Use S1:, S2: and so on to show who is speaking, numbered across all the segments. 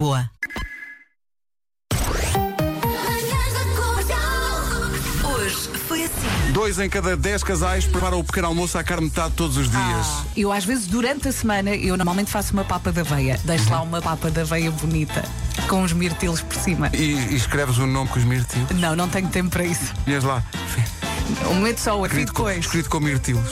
S1: Boa.
S2: Hoje foi assim.
S3: Dois em cada dez casais preparam o pequeno almoço à carne metade todos os dias.
S1: Eu às vezes durante a semana eu normalmente faço uma papa da aveia. Deixo
S4: Uhum.
S1: lá uma papa da aveia bonita com os mirtilos por cima.
S3: E, e escreves o nome com os mirtilos.
S1: Não, não tenho tempo para isso.
S3: E és lá.
S1: Um momento só outro. E depois.
S3: Escrito com mirtilos.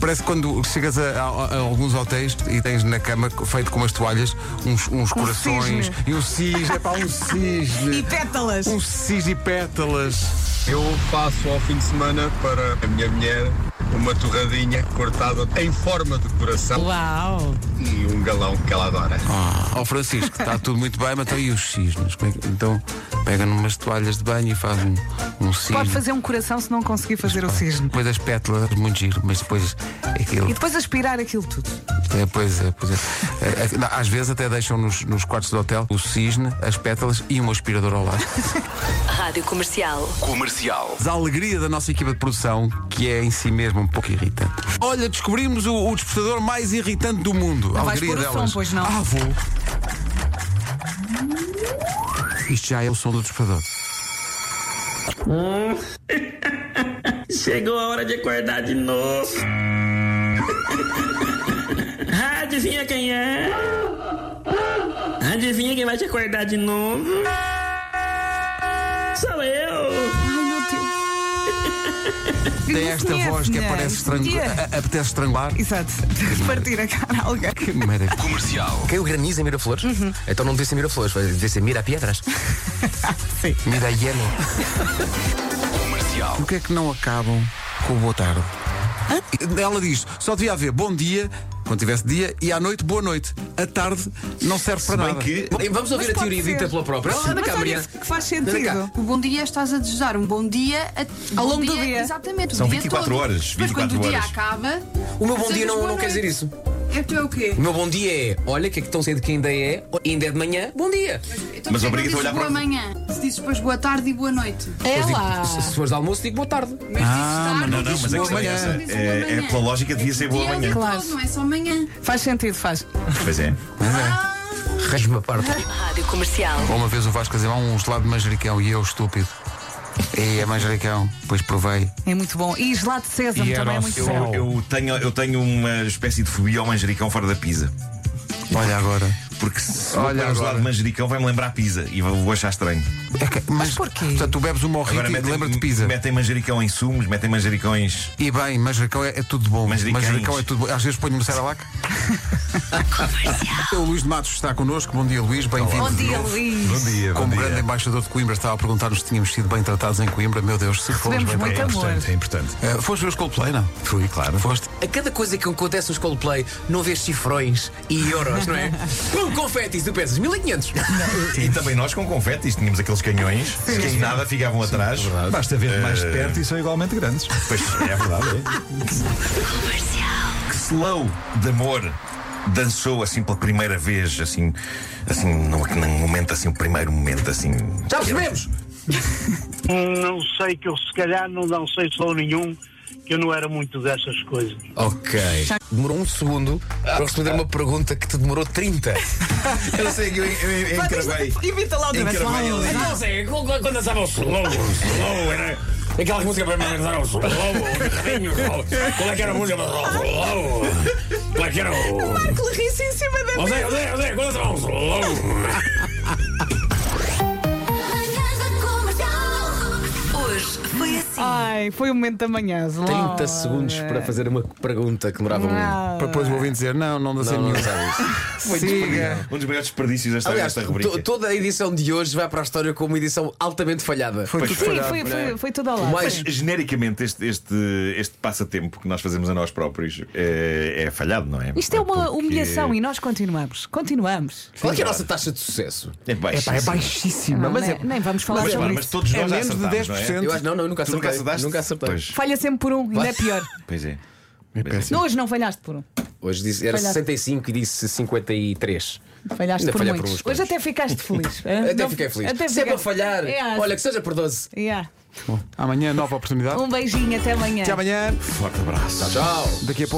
S3: Parece que quando chegas a, a- a alguns hotéis e tens na cama feito com umas toalhas uns, uns corações
S1: cisne.
S3: e um cisne, é pá, um
S1: E
S3: cisne.
S1: pétalas.
S3: um cisne e pétalas.
S5: Eu faço ao fim de semana para a minha mulher uma torradinha cortada em forma de coração
S1: Uau.
S5: e um galão que ela adora.
S3: Ah, Ó Francisco, está tudo muito bem, mas então e os cisnes? Como é que- Então pega numas toalhas de banho e faz um, um cisne.
S1: Pode fazer um coração se não conseguir fazer o cisne.
S3: Depois as pétalas, muito giro, mas depois aquilo.
S1: E depois aspirar aquilo tudo.
S3: É, pois é, pois é. É, é, não, Às vezes até deixam nos, nos quartos do hotel o cisne, as pétalas e um aspirador ao lado.
S2: Rádio Comercial.
S3: Mas A alegria da nossa equipa de produção, que é em si mesma um pouco irritante. Olha, descobrimos o, o despertador mais irritante do mundo. a
S1: vais pôr o
S3: alegria
S1: som,
S3: delas.
S1: pois não?
S3: Ah, vou. Isto já é o som do despertador.
S6: Chegou a hora de acordar de novo. Adivinha quem é? Adivinha quem vai te acordar de novo? Sou eu!
S3: Tem esta voz que aparece estrangu... a- a- apetece estrangular.
S1: é-" Exato. Partir a cara a alguém.
S3: Que merda. é Uhum.
S4: Caiu granizo em Miraflores? Então não devia ser Miraflores, vai- devia ser Mira Piedras.
S3: Me dá hielo. Comercial. Porquê é que não acabam com o boa tarde? Ela diz, só devia haver bom dia, quando tivesse dia, e à noite, boa noite. A tarde não serve para nada.
S4: Vamos ouvir
S1: Mas
S4: a
S1: pode
S4: teoria
S1: ser.
S4: dita pela própria. Ela anda
S1: Mas
S4: cá,
S1: olha
S4: Mariana.
S1: isso que faz
S4: Anda cá.
S1: sentido.
S7: O bom dia estás a desejar um bom dia a-
S1: Ao longo do dia.
S7: Exatamente. o
S8: São
S7: dia
S8: 24
S7: todo.
S8: horas,
S7: Mas
S8: 24
S7: quando o dia
S8: horas.
S7: acaba.
S4: O meu bom dia
S7: desejas
S4: não,
S7: boa
S4: não quer dizer
S7: noite.
S4: isso.
S7: Então é o quê?
S4: O meu bom dia é, olha, que é que tão cedo que ainda é, ainda é de manhã, bom dia.
S7: Então,
S8: Mas
S7: porquê
S8: obriga-te
S7: não
S8: a olhar
S7: dizes boa
S8: para-
S7: manhã. Se dizes depois boa tarde e boa noite.
S4: Mas digo,
S2: Ela.
S4: se- se fores de almoço, digo boa tarde.
S7: Mas
S3: Ah,
S7: dizes tarde.
S8: Não, não,
S7: dizes
S8: mas a
S7: boa
S8: questão é
S7: manhã,
S8: essa.
S7: dizes boa
S8: É, é
S7: manhã.
S8: pela lógica, devia ser boa
S7: Dia é o dia
S8: manhã.
S1: Claro.
S7: todo, não é só manhã.
S1: Faz sentido, faz.
S8: Pois é.
S3: é?
S4: Rasme a parte.
S2: Rádio Comercial.
S3: Uma vez o Vasco fazia um gelado de manjericão e eu, estúpido. E é manjericão, pois provei.
S1: É muito bom. E gelado de sésamo
S3: E era
S1: também é
S3: o
S1: muito
S3: seu-
S1: bom.
S8: Eu, eu tenho, eu tenho uma espécie de fobia ao manjericão fora da pizza.
S3: Olha agora.
S8: Porque se
S3: Olha
S8: Olha eu
S3: agora.
S8: lado de manjericão, vai-me lembrar pizza e vou vou achar estranho.
S3: É que- mas,
S1: porquê?
S3: Portanto, tu bebes um morrito
S8: Agora
S3: e
S8: metem,
S3: lembra-te de pizza.
S8: metem manjericão em sumos, metem manjericões.
S3: E bem, manjericão é, é tudo bom.
S8: Manjericães.
S3: Manjericão é tudo bom. Às vezes ponho-me Cerelac. o Luís de Matos está connosco. Bom dia, Luís. Bem-vindo.
S1: Bom
S3: de
S1: dia,
S3: novo.
S1: Luís.
S8: Bom dia, bom
S3: Como
S8: dia.
S3: grande embaixador de Coimbra, estava a perguntar-nos se tínhamos sido bem tratados em Coimbra. Meu Deus, se fomos
S1: Recebemos muito
S3: bem tratados.
S1: amor.
S8: É importante, é importante.
S3: Eh, foste ver os Coldplay, não?
S8: Fui, claro.
S3: Foste?
S4: A cada coisa que acontece nos Coldplay, não vês cifrões e euros, não é? Pum, confetis, tu pensas, 1500.
S8: E também nós com confetes, tínhamos aqueles canhões que em nada ficavam atrás.
S9: Basta ver mais de perto e são igualmente grandes.
S8: Pois é verdade. Que slow de amor dançou assim pela primeira vez, assim, assim, num, num momento assim, o primeiro momento assim.
S4: Já percebemos?
S10: Não sei que eu se calhar não, não sei sou nenhum que eu não era muito dessas coisas.
S4: Ok. Demorou um segundo para responder uma pergunta que te demorou 30.
S8: Eu não sei, eu, eu, eu encravei.
S1: Evita lá o
S8: Em
S1: negócio.
S8: Carvalho,
S1: Vamos.
S8: ali.
S6: Não sei, quando dançava o slow, slow era. Aquela música para mim dançar o slow, o carrinho, slow. Qual é que era a música? Slow. Qual é que era o.
S1: Que ri-se em cima da
S6: Não sei, não sei, não sei, quando dançava o slow.
S2: Hoje foi assim.
S1: Ai, foi o momento da manhã.
S4: 30 segundos para fazer uma pergunta que demorava um.
S3: Para depois o ouvinte dizer, não, não dá assim
S4: Não, não,
S3: nenhum.
S4: não sabe isso.
S3: Siga.
S8: Um dos maiores desperdícios desta,
S4: Aliás,
S8: desta rubrica.
S4: to- toda a edição de hoje vai para a história como uma edição altamente falhada.
S3: Foi tudo
S8: Pois
S1: Sim,
S3: falhado.
S1: foi, foi, foi tudo ao
S4: é? O
S1: lado.
S4: mais-
S1: Sim.
S8: Genericamente, este, este, este passatempo que nós fazemos a nós próprios é, é falhado, não é?
S1: Isto é uma
S8: Porque-
S1: humilhação e nós continuamos. Continuamos.
S4: Qual é, que é a nossa taxa de sucesso?
S8: É baixo.
S3: É baixíssima,
S1: Não,
S3: mas
S1: nem,
S3: é.
S1: nem vamos falar
S8: Mas,
S1: sobre
S8: claro,
S1: isso.
S8: mas todos
S3: É
S8: nós já
S3: menos de
S8: acertámos, não é?
S3: 10%.
S4: Eu acho não, não, eu nunca
S8: Tu nunca
S4: acertei.
S8: acertaste?
S4: Nunca acertei.
S8: Pois,
S1: Falha sempre por um, ainda é pior.
S8: pois é.
S1: Não, hoje não falhaste por um.
S4: Hoje disse, era
S1: Falhaste.
S4: 65 e disse 53.
S1: Falhaste
S4: Ainda
S1: por
S4: falhei por
S1: muitos.
S4: uns quantos.
S1: hoje até ficaste feliz. hã?
S4: Até
S1: Não-
S4: fiquei feliz.
S1: até
S4: Se é
S1: ficaste-
S4: para falhar,
S1: É,
S4: olha que seja por 12.
S1: é.
S3: Amanhã, nova oportunidade.
S1: Um beijinho, até amanhã.
S3: Até amanhã.
S8: Forte abraço.
S4: Tchau.
S3: Daqui a pouco.